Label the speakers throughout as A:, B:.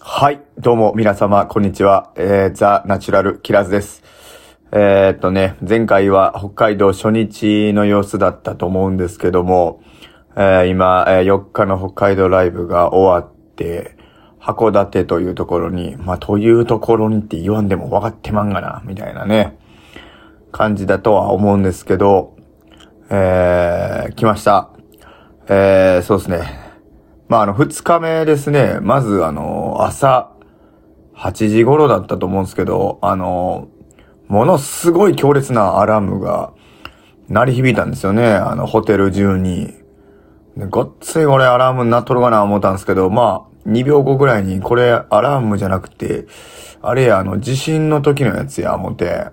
A: はい。どうも、皆様、こんにちは。えー、ザ・ナチュラル・キラーズです。えー、っとね、前回は北海道初日の様子だったと思うんですけども、えー、今、えー4日の北海道ライブが終わって、函館というところに、まあ、というところにって言わんでも分かってまんがな、みたいなね、感じだとは思うんですけど、えー、来ました。えー、そうですね。まあ、あの、二日目ですね。まず、あの、朝、8時頃だったと思うんですけど、あの、ものすごい強烈なアラームが、鳴り響いたんですよね。あの、ホテル中に。でごっついこれアラームになっとるかな思ったんですけど、まあ、2秒後ぐらいに、これアラームじゃなくて、あれや、あの、地震の時のやつや、思って。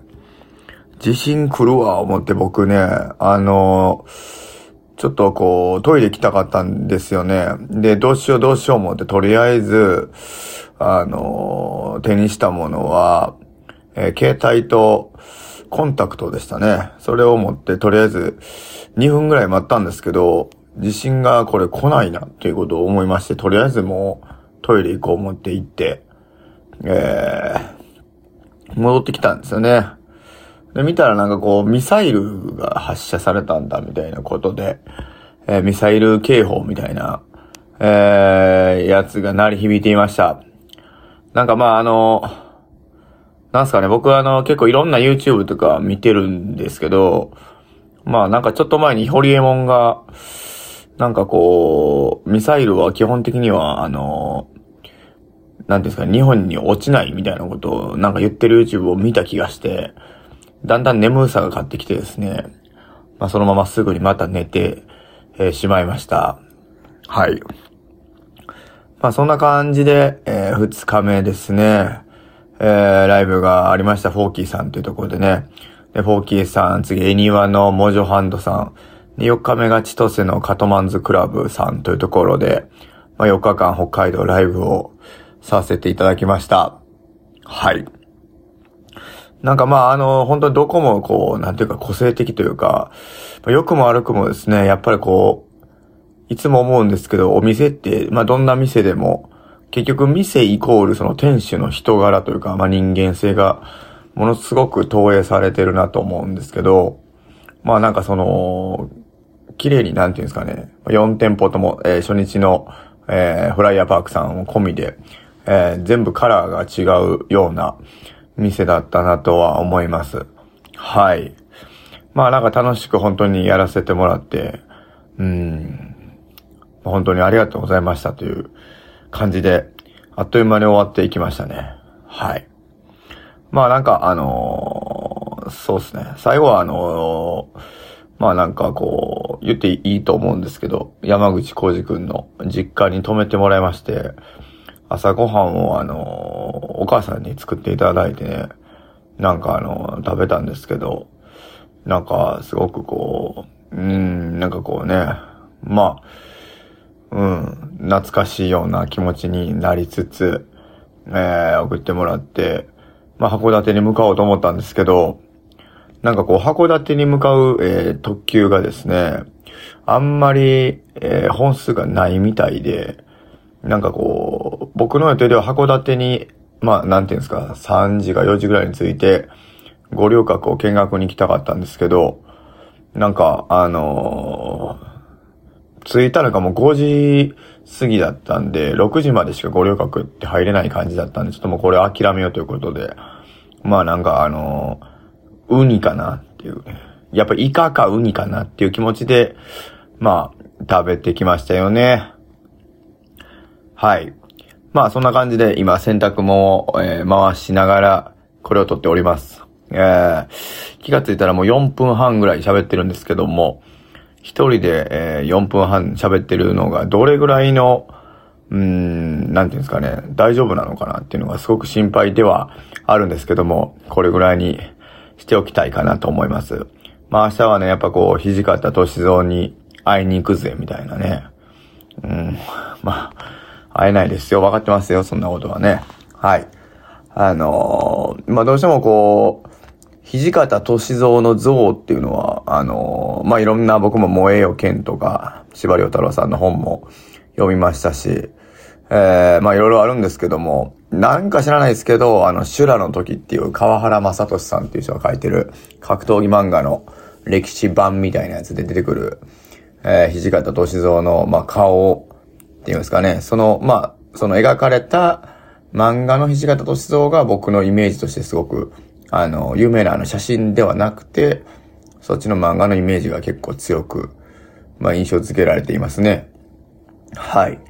A: 地震来るわ、思って僕ね、あの、ちょっとこう、トイレ行きたかったんですよね。で、どうしようどうしよう思って、とりあえず、あのー手にしたものは、えー携帯とコンタクトでしたね。それを持って、とりあえず、2分ぐらい待ったんですけど、地震がこれ来ないな、ということを思いまして、とりあえずもう、トイレ行こう思って行って、えー、戻ってきたんですよね。で、見たらなんかこう、ミサイルが発射されたんだみたいなことで、えーミサイル警報みたいな、えーやつが鳴り響いていました。なんかまああの、なんすかね、僕はあの、結構いろんな YouTube とか見てるんですけど、まあなんかちょっと前にホリエモンが、なんかこう、ミサイルは基本的にはあの、なんていうんですか、日本に落ちないみたいなことをなんか言ってる YouTube を見た気がして、だんだん眠さが勝ってきてですね、まあ、そのまますぐにまた寝て、えーしまいました。はい。まあ、そんな感じで、え2日目ですね、えーライブがありました、フォーキーさんというところでね。で、フォーキーさん、次、エニワのモジョハンドさん。で、4日目が千歳のカトマンズクラブさんというところで、まあ、4日間北海道ライブをさせていただきました。はい。なんかまああの、本当にどこもこう、なんていうか個性的というか、まあ良くも悪くもですね、やっぱりこう、いつも思うんですけど、お店って、まあどんな店でも、結局店イコールその店主の人柄というか、まあ人間性が、ものすごく投影されてるなと思うんですけど、まあなんかその、綺麗になんていうんですかね、4店舗とも、えー初日の、えーフライヤーパークさんを込みで、えー全部カラーが違うような店だったなとは思います。はい。まあなんか楽しく本当にやらせてもらって、うん、本当にありがとうございましたという感じで、あっという間に終わっていきましたね。はい。まあなんかあのーそうですね。最後はあのーまあなんかこう、言っていいと思うんですけど、山口浩二くんの実家に泊めてもらいまして、朝ごはんをあのーお母さんに作っていただいてね、なんかあのー食べたんですけど、なんかすごくこう、うーん、なんかこうね、まあ、うん、懐かしいような気持ちになりつつ、えー、送ってもらって、まあ、函館に向かおうと思ったんですけど、なんかこう、函館に向かう、えー特急がですね、あんまり、えー本数がないみたいで、なんかこう、僕の予定では函館に、まあ、なんていうんですか、3時か4時ぐらいに着いて、五稜郭を見学に行きたかったんですけど、なんか、あのー着いたのがもう5時過ぎだったんで、6時までしか五稜郭って入れない感じだったんで、ちょっともうこれ諦めようということで、まあなんかあのーウニかなっていう、やっぱイカかウニかなっていう気持ちで、まあ、食べてきましたよね。はい。まあそんな感じで今洗濯物を、えー回しながらこれを撮っております。えー、気がついたらもう4分半ぐらい喋ってるんですけども、一人で、えー4分半喋ってるのがどれぐらいの、うーん、なんていうんですかね、大丈夫なのかなっていうのがすごく心配ではあるんですけども、これぐらいにしておきたいかなと思います。まあ明日はね、やっぱこう、土方歳三に会いに行くぜ、みたいなね。うん。まあ、会えないですよ。分かってますよ、そんなことはね。はい。あのーまあどうしてもこう、土方歳三の像っていうのは、あのーまあいろんな僕も燃えよ剣とか、司馬遼太郎さんの本も読みましたし、ええー、まあいろいろあるんですけども、なんか知らないですけど、あの、修羅の時っていう川原正俊さんっていう人が書いてる格闘技漫画の歴史版みたいなやつで出てくる、えー、土方歳三の、まあ顔っていうんですかね、その、まあ、その描かれた漫画の土方歳三が僕のイメージとしてすごく、あの、有名なあの写真ではなくて、そっちの漫画のイメージが結構強く、まあ印象付けられていますね。はい。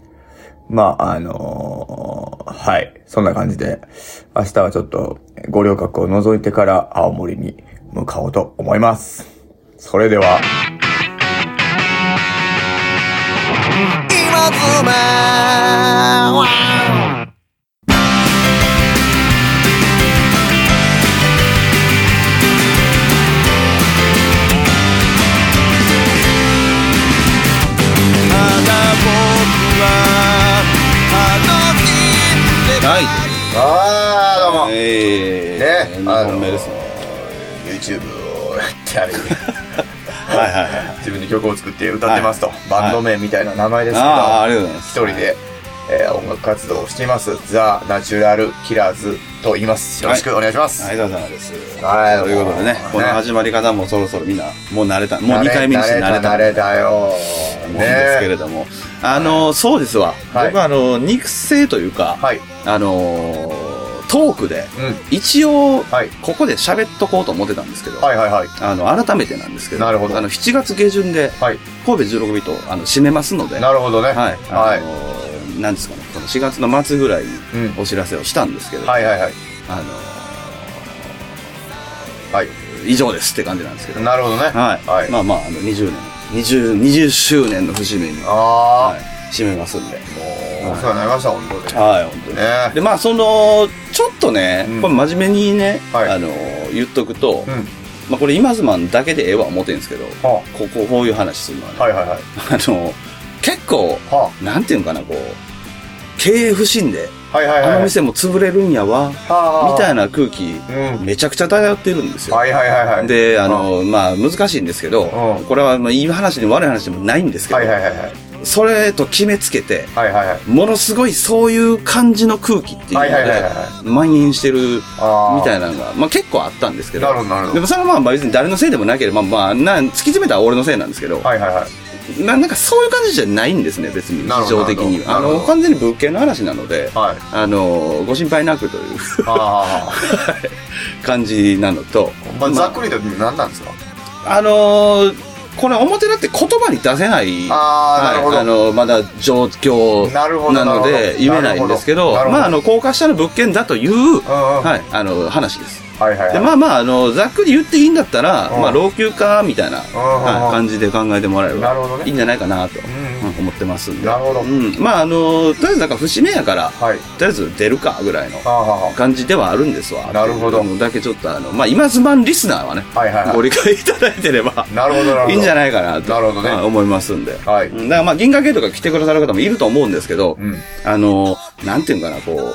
A: まあ、あのーはい。そんな感じで、明日はちょっと、五稜郭を除いてから青森に向かおうと思います。それでは。
B: ただ僕はあの日で
C: はい。
A: あー、どうも。
C: え
A: ね
C: 二
A: あの
C: 本目ですね。
A: YouTube をやってある。
C: はいはいはい。
A: 自分で曲を作って歌ってますと。バンド名みたいな名前ですけど。
C: ああー、ありがとうござい
A: 一
C: ます。
A: 人で、えー音楽活動をしています。ザ・ナチュラル・キラーズと言います。よろしくお願いします。
C: はい。ありがとうございます。
A: はい
C: ということでね
A: もうね、
C: この始まり方もそろそろみんな、もう慣れた、もう
A: 慣れ
C: 2回目にして慣れた
A: 慣れたよ。
C: と思うんですけれ
A: ね。
C: ども、あの、そうですわ。
A: はい
C: 僕はあの、肉声というか、
A: はい。
C: あの、トークで、
A: う
C: 一応、
A: ん。はい。
C: ここで喋っとこうと思ってたんですけど、
A: はいはいはい。
C: あの、改めてなんですけど、
A: なるほど
C: あの、7月下旬で、
A: はい。
C: 神戸16ビート、あの、締めますので、
A: なるほどね。
C: はい。
A: は
C: あ
A: い。
C: のー、なんですかね、この4月の末ぐらいに
A: うん
C: お知らせをしたんですけど、
A: はいはいはい。
C: あ
A: はい。
C: のー、以上ですって感じなんですけど、
A: なるほどね。
C: はい。
A: はい。
C: まあまあ、あの、20年、20、20周年の節目に、は
A: あ
C: い、締めますんで。
A: ー、もう、お世話になりました、本当に。
C: はい、本当に。
A: ね
C: で、まあ、その、ちょっとね、
A: うん
C: これ真面目にね、
A: はい
C: あのー、言っとくと、
A: うん。
C: まあ、これ、今ズマンだけでええわ思ってるんですけど、
A: は
C: ここ、こういう話するのはね、
A: あ。はいはいはい。
C: あのー、結構、
A: は
C: なんていうんかな、こう、経営不振で、
A: あ。はいはいはい。
C: あの店も潰れるんやわ、
A: はあ。
C: みたい
A: な。
C: な空気、
A: うん。
C: めちゃくちゃ漂ってるんですよ。
A: はいはいはいはい。
C: で、あの、まあ、難しいんですけど
A: うん、
C: これはまあいい話でも悪い話でもないんですけど
A: はい、はいはいはい。
C: それと決めつけて、
A: はいはいはい。
C: ものすごいそういう感じの空気っていうの
A: はいはいはい
C: で
A: は、
C: 蔓延してる
A: あー
C: みたいなのが、まあ結構あったんですけど
A: なる、ほどなるほ
C: で
A: ど。
C: もそれはまあ別に誰のせいでもなければ、まあ、なん突き詰めたら俺のせいなんですけど、
A: はいはいはい。
C: ななんかそういう感じじゃないんですね、別に、
A: なる
C: 日
A: ほど
C: 常的には。
A: な
C: あ
A: るほど
C: の、完全に物件の話なので、
A: はい。
C: あの、ご心配なくという。
A: あ
C: 感じなのと、
A: あ。まあ、ざっくりと何なんですか
C: あのーこれ表だって言葉に出せない、
A: あーなるほど
C: はいあのーまだ状況
A: なるほど
C: なの
A: なる
C: で
A: ほど
C: 言えないんですけど、
A: なるほど
C: まあ、あの、高架下の物件だという、
A: うんうん。
C: はい、あの、話です。
A: はいはいはい。
C: でまあまあ、あの、ざっくり言っていいんだったら、
A: うん
C: まあ、老朽化みたいな、はい感じで考えてもらえれ
A: なるほど
C: ば
A: ね
C: いいんじゃないかなと、
A: うん
C: うん思ってますんで。
A: なるほど
C: うん。まあ、あのー、とりあえずなんか節目やから、
A: はい。
C: とりあえず出るかぐらいの
A: ああは
C: 感じではあるんですわ。
A: なるほど
C: っていうのだけちょっとあの、まあ、今ズマンリスナーはね、
A: あはいはい
C: ご
A: は
C: 理解いただいてれば
A: い。なるほどなるほど。
C: いいんじゃ
A: ない
C: ないかなと
A: なるほどね
C: はい思いますんで。
A: はい
C: うんだからまあ銀河系とか来てくださる方もいると思うんですけど、
A: うん。
C: あの、なんていうんかな、こう、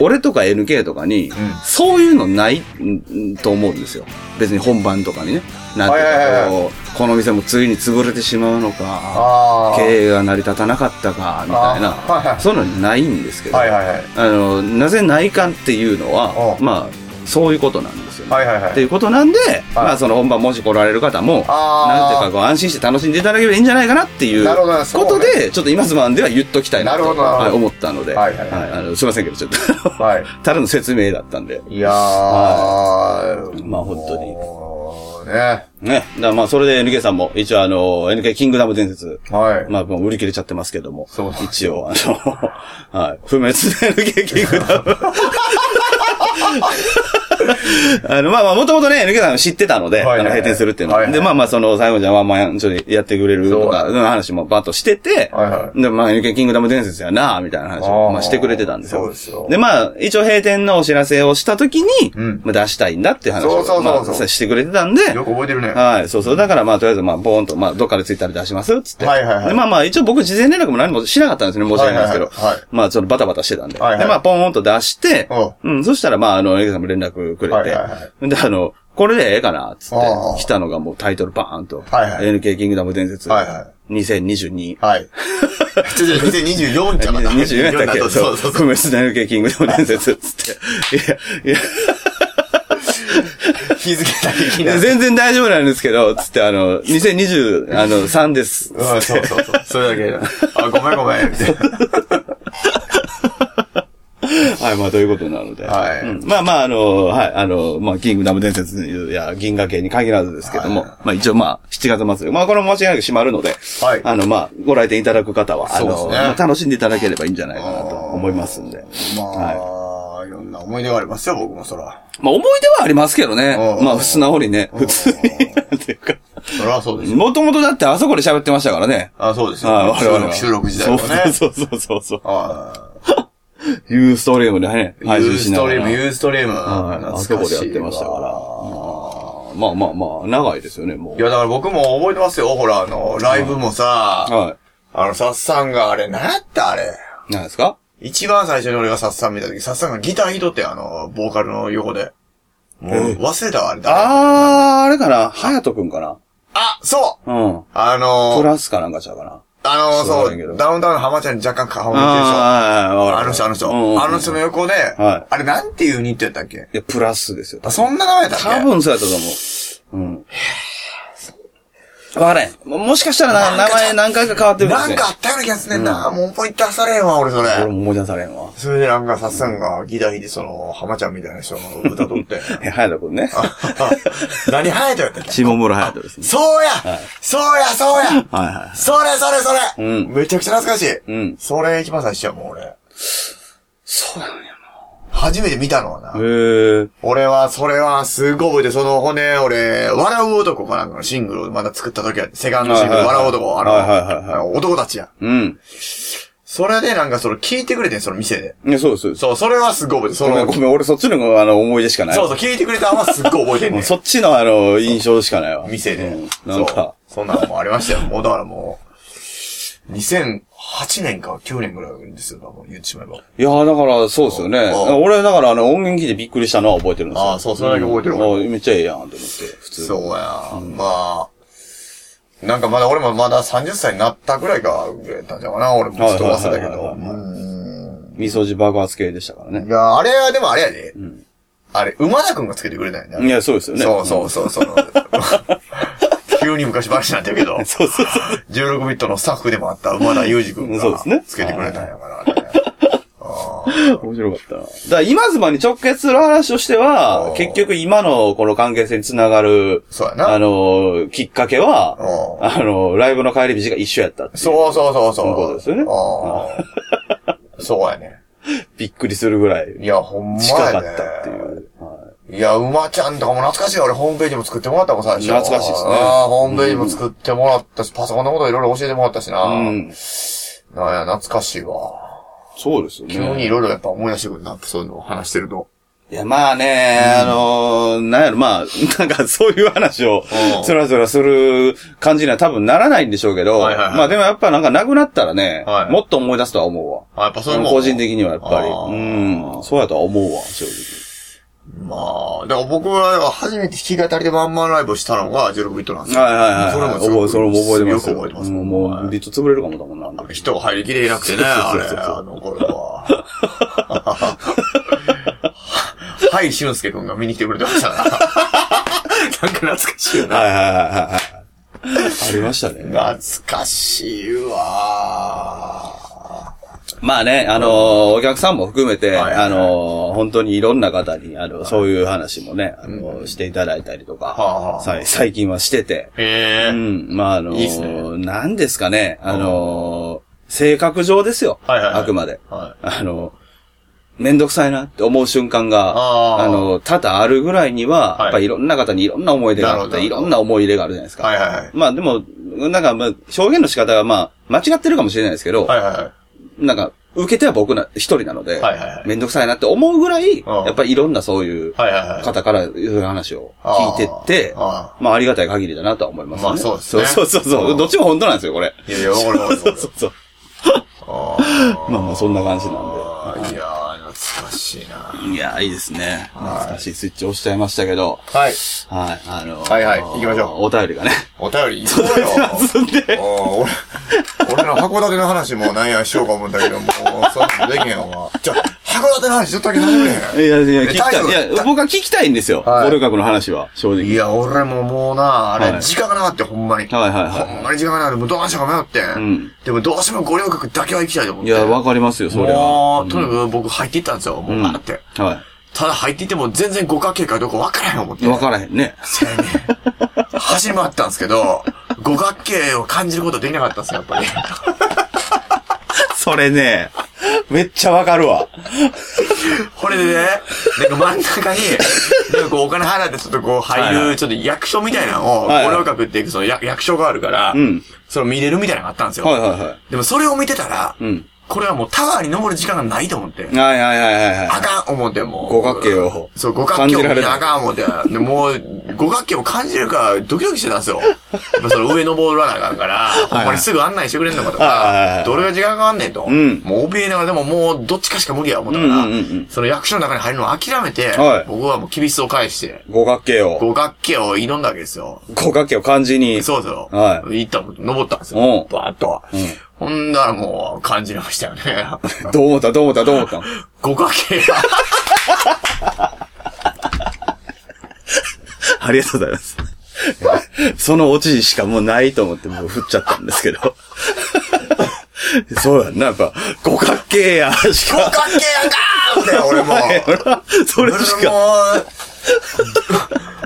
C: 俺とか NK とかに、
A: ん
C: そういうのないんんと思うんですよ。別に本番とかにね。なんて
A: はいはいいう
C: か
A: はい
C: こう、この店もついに潰れてしまうのか、
A: ああ。
C: 経営が成り立たなかったか、みたい
A: あはいは
C: な、
A: い
C: そういうのないんですけど、
A: はいはいはい。
C: あの、なぜ内観っていうのは
A: う、ん
C: まあ、そういうことなんですよね。
A: はいはいはい。
C: っていうことなんで、まあその本番もし来られる方も、なんてい
A: あ
C: うかこう安心して楽しんでいただければいいんじゃないかなっていう
A: なるほどそうね
C: ことで、ちょっと今ズマンでは言っときたいな
A: なる
C: と
A: ほどなるほど
C: はい思ったので、
A: はいはいはい
C: あのすいませんけど、ちょっと
A: あ。はい。
C: ただの説明だったんで。
A: いやー。
C: まあ本当に
A: もうね。
C: ね。だからまあそれで NK さんも、一応あの、NK キングダム伝説、
A: はい。
C: まあもう売り切れちゃってますけども、
A: そうなん
C: 一応あの、 はい、不滅の NK キングダム。 あの、まあまあ、もともとね、NK さん知ってたので、
A: はいはいはい
C: あの、閉店するっていうのは。
A: はいはい
C: で、まあまあ、その、最後じゃワンマンちょっとやってくれるとか、
A: そう
C: うん話もバッとしてて、
A: はいは
C: で、まあ、NK キングダム伝説やな、みたいな話
A: あ
C: を、
A: ー
C: まあ、してくれてたんですよ。
A: そうですよ
C: で、まあ、一応閉店のお知らせをしたときに、
A: うん
C: まあ、出したいんだっていう話を、
A: そうそうそうそう
C: まあしてくれてたんで、
A: い。よく覚えてるね。
C: はい、そうそう。だからまあ、とりあえずまあ、ボーンと、まあ、どっかでツイッターで出します、つって。
A: はいはいはい
C: で、まあまあ、一応僕事前連絡も何もしなかったんですね、申し訳ないですけど。
A: はいはいはいはい
C: まあ、ちょっとバタバタしてたんで。
A: はいはい
C: で、まあ、ポーンと出して、
A: う
C: うん、そしたらまあ、あの、エゲさんも連絡くれて、
A: はいはいは
C: で、あの、これでええかな、つって
A: ああ、
C: 来たのがもうタイトルバーンと、
A: はいはい
C: NK キングダム伝説、
A: はいは
C: 2022。
A: はい。ちょ、ちょ、2024じゃなかった。
C: 24やったっけ
A: そうそうそう。
C: コ メスナイル系キングでも伝説っつって。いや、
A: 日付だけ聞
C: い
A: いた
C: や、全然大丈夫なんですけど、つって、あの、2020、あの、3です。
A: うん、そうそうそう。それだけ。あ、ごめんごめん。みたいな。
C: はい、まあ、ということなので。
A: はい
C: うんまあまあ、あの、はい、あの、まあ、キングダム伝説や銀河系に限らずですけども、まあ一応まあ、7月末、まあこれも間違いなく閉まるので、
A: はい
C: あの、まあ、ご来店いただく方は、あ
A: そうで
C: の、
A: すね
C: まあ楽しんでいただければいいんじゃないかなと思いますんで。はい。
A: まあ、いろんな思い出がありますよ、僕もそら。
C: まあ、思い出はありますけどね
A: う。ん
C: まあ、素直にね、普通に、なんていうか。
A: そらそうですよ。
C: もともとだってあそこで喋ってましたからね。
A: あ、そうですよ。
C: はい、我
A: 収
C: 々は。
A: 録、収録時代はね。
C: そうそうそうそう。
A: あ
C: ユーストリームでね、
A: あ
C: 配
A: ユー
C: 信し
A: ス
C: な
A: ト
C: が
A: リー
C: ら。
A: ム、ユーストリーム。
C: はい、あそ
A: 懐
C: こ
A: かしい
C: で
A: わ
C: やってましたから。まあまあまあ、長いですよね、も。
A: いうや、だから僕も覚えてますよ、ほら、あの、ライブもさ、
C: は
A: あの、サッさんがあれ、なんやったあれ。
C: い。なんですか
A: 一番最初に俺がサッさん見た時、サッさんがギター弾いとって、あの、ボーカルの横で。もう、忘れたわ、あれ。あ
C: あー、あれかな、ハヤトくんかな
A: あ、そう
C: うん。
A: あの
C: プラスかなんかちゃうかな。
A: あの、
C: そう
A: そ
C: だけど
A: う、ダウンタウンの浜ちゃんに若干顔向いてるでしょ。
C: あーはいはいはい
A: あの人、あの
C: うんうんうん
A: 人。あの人の横で、
C: はい
A: あれなんていうユニットやったっけ
C: いや、プラスですよ。
A: あそんな名前だっけ
C: 多分そうやったと思う。うん。わからへん。ももしかしたらな名前何回か変わってる
A: なんかあったような気がすんねんな。もうポイント出されへんわ、俺そ
C: 俺
A: れ。
C: も思い出されへんわ。
A: それでなんか、さっさんがギター弾いて、その、浜ちゃんみたいな人の歌と って。
C: え、ハヤトくんね。
A: 何生えてるったっけ
C: 下村ハヤトですね。
A: そうやそうやそうや
C: はいはい。
A: それそれそれ
C: うん
A: めちゃくちゃ懐かしい。
C: うん
A: それ一番最初やもう俺。
C: そうなんや
A: 初めて見たのはな。
C: へえ。
A: 俺は、それは、すごい覚えて、その骨、俺、笑う男かなんかのシングルをまだ作った時は、セカンドシングル、
C: はいはいはい
A: 笑う男、あ
C: はいはいはいはい
A: の、あの男たちや。
C: うん。
A: それでなんか、それ聞いてくれてん、その店で。
C: いや、そうです、そうです。
A: そう、それはすっごい覚えて、そ
C: ごめ
A: の
C: ん、ご、めん、俺そっちのがあの、思い出しかない。
A: そうそう、聞いてくれたのはすっごい覚えてんね。
C: もうん そっちのあの、印象しかないわ。
A: 店で
C: うん。なん
A: そう
C: か。。
A: そんなのもありましたよ。もうだからもう、2008年か9年ぐらいですよ、多分言ってしまえば。
C: いやーだから、そうですよね。
A: うん
C: 俺、だから、あの、音源聞いてびっくりしたのは覚えてるんですよ。
A: あーそうそれだけ覚えてる
C: うんあーめっちゃええやん、と思って、普通に。
A: そうや、まあ、なんかまだ俺もまだ30歳になったぐらいが、ぐらいだったんじゃうかな、俺もちょっと忘れたけど。
C: はいはいはいはいはいうみそじ爆発系でしたから
A: ん
C: ね
A: い。や、あれはでもあれやで。あれ、馬田くんがつけてくれたんや
C: い
A: ね。
C: や、そうですよね。
A: そうそうそうそう。急に昔話になってるけど、
C: そうそうそう。
A: 16ビットのスタッフでもあった馬田裕二くん
C: そうです
A: が
C: ね
A: つけてくれたんやから、あれね。
C: 面白かったな。だから、今妻に直結する話として
A: う
C: は
A: ん、
C: 結局今のこの関係性につながる、
A: そうやな
C: あの、きっかけは、
A: うん
C: あの、ライブの帰り道が一緒やったっていう。
A: そうそうそうそう。
C: そうですよね
A: ああ。そうやね。
C: びっくりするぐらい、
A: いや、ほんま
C: 近か
A: や
C: っ
A: ね。
C: たっていう。はい
A: いや、馬ちゃんとかも懐かしいよ。俺、ホームページも作ってもらったもん、最初。
C: 懐かしいですね
A: ああ、ホームページも作ってもらったし、パソコンのこといろいろ教えてもらったしな。
C: うん。
A: なんや、懐かしいわ。
C: そうですよね。
A: 急にいろいろやっぱ思い出してくるな、そういうのを話してると。
C: いや、まあね、あのー、なんやろ、まあ、 なんかそういう話を
A: う、ん
C: そらそらする感じには多分ならないんでしょうけど、
A: はいはいはい
C: まあでもやっぱなんかなくなったらね、
A: はい
C: もっと思い出すとは思うわ。
A: あ、やっぱそういうもん。
C: 個人的にはやっぱり。
A: あ
C: うん。そうやとは思うわ、正
A: まあ、だから僕は初めて弾き語りでワンマンライブをしたのが16ビットなんです
C: 直。
A: よ。
C: はいはいはい。
A: それもす
C: 覚
A: ご
C: え
A: く
C: それも覚えてますよ。
A: よく覚えてます
C: う
A: も
C: ん
A: ん
C: もう、リット潰れるかもだもんな。なんか
A: 人が入りきれなくてね、あれ、
C: そうそうそうそう
A: あの頃 は。はい、俊介くんが見に来てくれてました から。なんか懐かしいよな。
C: はいはいはいはい はい。ありましたね。
A: 懐かしいわ
C: まあね、あのーお客さんも含めて、
A: はいはいはい
C: あのー本当にいろんな方に、あの、そういう話もね、あのしていただいたりとか、
A: はあはあ
C: さい最近はしてて、
A: ー。へえ
C: う。ん、まああのー
A: いいっすね
C: なんですかね、あのー性格上ですよ、
A: はいはいはい
C: あくまで。
A: は
C: あのーめんどくさいなって思う瞬間が、
A: あ
C: あ
A: あ
C: のー多々あるぐらいに
A: は
C: は、
A: い
C: やっぱりいろんな方にいろんな思い出があっ
A: なるほどな
C: て、い
A: るほ
C: ろ
A: ど
C: んな思い入れがあるじゃないですか。
A: はいはいはい。
C: まあでも、なんか、まあ、表現の仕方がまあ、間違ってるかもしれないですけど、
A: はいはいはい。
C: なんか、受け手は僕な、一人なので、
A: はいはいはい
C: めんどくさいなって思うぐらい、やっぱりいろんなそういう
A: はいはいはい
C: 方からそういう話を聞いてって、
A: あ
C: まあありがたい限りだなとは思いますね。
A: まあそうですね
C: そうそうそうそう。どっちも本当なんですよ、これ。
A: いやいや、俺も。
C: そうそうそう。
A: あー
C: まあまあそんな感じなんで。
A: あーいやー、
D: 懐かしいな。
C: いやー、いいですね。懐かしいスイッチ押しちゃいましたけど。
D: はい。
C: はい、あのー
D: はいはい行きましょう
C: お便 りがね。
D: お便り行こうよ。おー俺、俺の函館の話もなんやしようか思ったけど、もう、そんなのできへんわ。じゃあ、函館の話ちょっとだけ始め
C: いや、いや、聞き
D: タイ
C: た
D: トル
C: い。いや、僕は聞きたいんですよ。
D: はい
C: 暴力学の話は、正
D: へん。
C: 直。
D: いや、俺ももうな、あ
C: は
D: れ、
C: い
D: 時間がなかった、ほんまに。
C: はいはいはい
D: ほんまに時間がなかった。もうどうしようか迷って。
C: ん
D: でもどうしても五稜郭だけは行きたいと思っ
C: い
D: て。
C: や、わかりますよ、それは。
D: もう、とにかく僕入っていったんですよ、もう、
C: ん
D: バーって。
C: は
D: ただ入っていっても全然五角形かどうかわからへん思って
C: い。。わからへんね。
D: せやねん走り回ったんですけど、五角形を感じることできなかったんですよ、 やっぱり。
C: それね、めっちゃわかるわ。
D: これでね、なんか真ん中に、なんかこうお金払ってちょっとこう
C: はい
D: 入
C: は
D: る、ちょっと役所みたいなのを、五
C: はいはい
D: 稜郭っていうその役役所があるから、
C: ん
D: それを見れるみたいなのがあったんですよ。
C: はいはいは
D: でもそれを見てたら、
C: ん
D: これはもうタワーに登る時間がないと思って。
C: い。はいはいはいはい
D: あ
C: は
D: かん思ってもう。
C: 五角形を
D: そう、五角形を
C: 感じられな
D: 見
C: い
D: なあかん思って。で、もう、五角形を感じるからドキドキしてたんですよ。やっぱその上登らなあかんから、ほんまにすぐ案内してくれんのかと
C: はいはいはいは
D: か
C: い、
D: どれが時間かかんねんと。
C: ん
D: もう怯えながらでももうどっちかしか無理や思ったか
C: うんうんうんう
D: ら、その役所の中に入るのを諦めて
C: はい、
D: 僕はもう厳しさを返して、
C: い。五角形を、
D: 五角形を挑んだわけですよ。
C: 五角形を漢字に。
D: そうそう。
C: は
D: 行った、登ったんです
C: う
D: よ
C: ん。
D: バーっと。ほんだらもう感じましたよね。
C: どう思ったどう思ったどう思った
D: 五 角形が。
C: ありがとうございます。 そのオチしかもうないと思って僕振っちゃったんですけど。そうやんな、やっぱ、五角形や、し
D: 五角
C: か。
D: 形やんかーみたいな、俺 も。
C: それし
D: 俺
C: か。
D: も、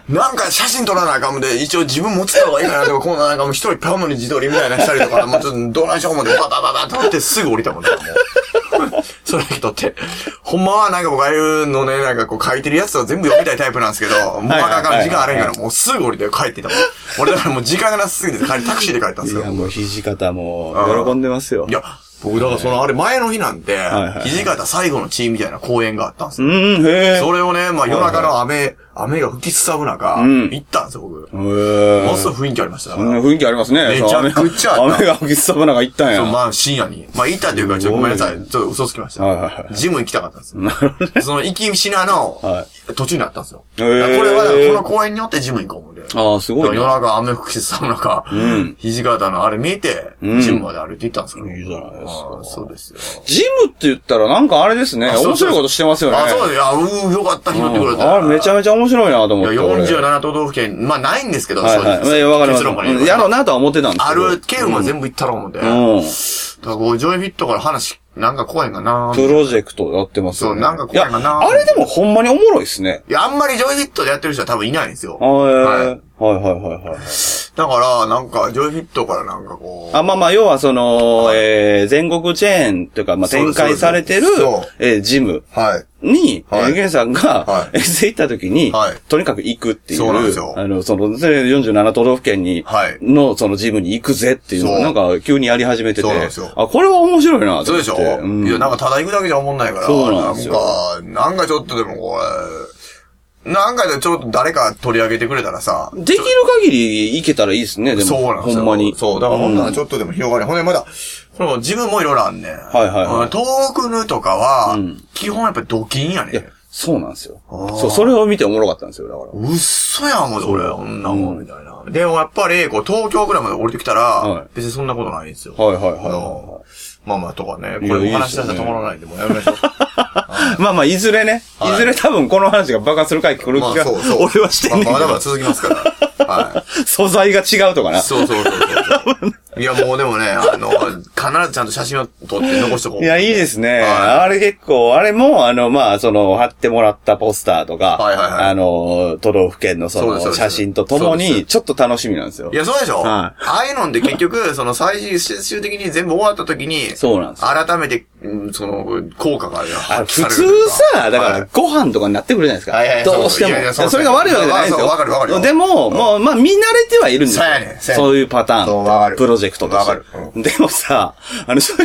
D: なんか写真撮らなあかんもんで、一応自分持ってた方がいいかなとか、こうなんかもう一人パムに自撮りみたいなしたりとか、もうちょっとどないしようもんで、バタバタ撮ってすぐ降りたもんね、もう。それだけ撮って。ほんまはなんか僕ああいうのね、なんかこう書いてるやつは全部読みたいタイプなんですけど、 もうあかんあかん時間あれへんから、もうすぐ降りて帰ってたもん。俺だからもう時間がなさすぎて、帰りタクシーで帰ったんです
C: い
D: よ
C: や、。もう肘方も、喜んでますよ。
D: いや、僕だからそのあれ前の日なんで
C: はいは、い
D: 土方最後のチームみたいな公演があったんですよ。
C: うん、へえ。
D: それをね、まあ夜中の雨、雨が吹きすさぶ中、
C: ん
D: 行ったんですよ、僕。も
C: へえ
D: のすごい雰囲気ありました。だか
C: こ
D: ら
C: んな雰囲気ありますね。
D: めちゃくちゃあった
C: 雨が雨が吹きさばなんか行ったんや。
D: まあ深夜に。まあ行ったというか、ちょっとごめんなさい。ちょっと嘘つきまし
C: はいはいは
D: た。ジム行きたかったんですよ。その行き品の
C: は
D: 途中にあったんですよ。
C: へ
D: だ
C: ー
D: からこれは、この公園によってジム行こうもんで。
C: ああ、すごい
D: 夜
C: な。
D: 中雨吹きすさぶ中、土方のあれ見えて、ジムまで歩いて行ったんですよ。
C: いいじゃないですか
D: ああそうですよ。
C: ジムって言ったらなんかあれですね。
D: そうそう
C: 面白いことしてますよね。
D: あ、そうです。いや、うー、よかった、拾ってくれ
C: うん
D: た。
C: あれめちゃめちゃ面白いなと思って。
D: いや、
C: 俺
D: 47都道府県、まあないんですけど、
C: はいはい。ええわかります
D: 結論から
C: うん。やろうなとは思ってたんです
D: あ
C: けど。
D: る県は全部行ったろう思って。だか
C: うん。
D: らこう、ジョイフィットから話、なんか怖いんかな
C: プロジェクトやってますよ、ね。
D: そうなんか怖いな
C: やあれでもほんまにおもろいっすね。
D: いや、あんまりジョイフィットでやってる人は多分いないんですよ。
C: あー
D: はい
C: はいはいはいはい。
D: だから、なんか、ジョイフィットからなんかこう。
C: あ、まあまあ、要はその、えー、全国チェーンというか、まあ、
D: そうで
C: 展
D: す
C: 開されてる
D: そうです、
C: えー、ジム
D: はい。
C: に、え
D: はい
C: ーゲンさんが
D: は、い
C: エステ行った時に
D: はい、
C: とにかく行くっていう、
D: そうなんですよ
C: あの、その、それ47都道府県に
D: はい、
C: の、そのジムに行くぜっていうのを、
D: そう
C: なんか、急にやり始めてて
D: そうなんですよ、
C: あ、これは面白いなと
D: そ
C: 思
D: うで
C: って、
D: しょ
C: うん
D: いや、なんか、ただ行くだけじゃ思んないから。
C: そうなんですよ
D: なんか、なんかちょっとでもこれ、なんかでちょっと誰か取り上げてくれたらさ、
C: できる限り行けたらいいですね、でも。
D: そうなんです
C: ほ
D: よ。
C: んまに。
D: そう、だからほんならち
C: ょっ
D: ょっとでも広がり。ほんでまだ、これも自分もいろいろあんねん。はい
C: はいはい
D: 遠くぬとかは
C: ん、
D: 基本やっぱドキンや
C: いや
D: ね。、
C: そうなんですよ。
D: ー
C: そう、それを見ておもろかったんですよ、だから。
D: うっそやん、もうそれ、こんなもん、みたいな。でもやっぱり、こう、東京ぐらいまで降りてきた
C: は
D: ら
C: い、
D: 別にそんなことないんですよ。
C: はいはいはいはい
D: あ
C: は
D: のまあまあとかね、
C: い
D: これお
C: いいで
D: 話し
C: す
D: 出
C: よね
D: したら止まらないんで、もうや めましょう。
C: い。まあまあ、いずれね、い、ずれ多分この話が爆発する回来る気
D: ま
C: が、
D: あそうそう。
C: 俺はしてんねんけ
D: まあ
C: ど、
D: まだまだ続きますから。はい。
C: 素材が違うとかな。
D: そうそうそ うそう。いや、もうでもね、あの、必ずちゃんと写真を撮って残しとこう。
C: いや、いいですね。
D: は
C: あれ結構、あれも、あの、まあ、その、貼ってもらったポスターとか、
D: はいはいはい
C: あの、都道府県のそ
D: そうですそう
C: の、
D: です
C: 写真ととも
D: そうで
C: に、
D: す
C: ちょっと楽しみなんですよ。
D: いや、そうでしょ、
C: は
D: はいい、ああいうのって結局、その最終最終的に全部終わった時に、
C: そうなんですよ
D: 改めて、うんその、効果が
C: あ
D: 発揮
C: 普
D: されるという
C: 通
D: か。
C: さ、だから、ご飯とかになってくるじゃないですか。
D: はいはい
C: どうしても。
D: いやいやそう
C: それが悪いわけじゃないんですよ。
D: わかるわかるよ
C: でも、もう、まあ、見慣れてはいるんですよ。
D: そうやねんそうやねん
C: そういうパタ
D: そうわ
C: ー
D: か
C: ン。
D: る
C: プロジェクトとして
D: わかるう
C: でもさ、あの、そういう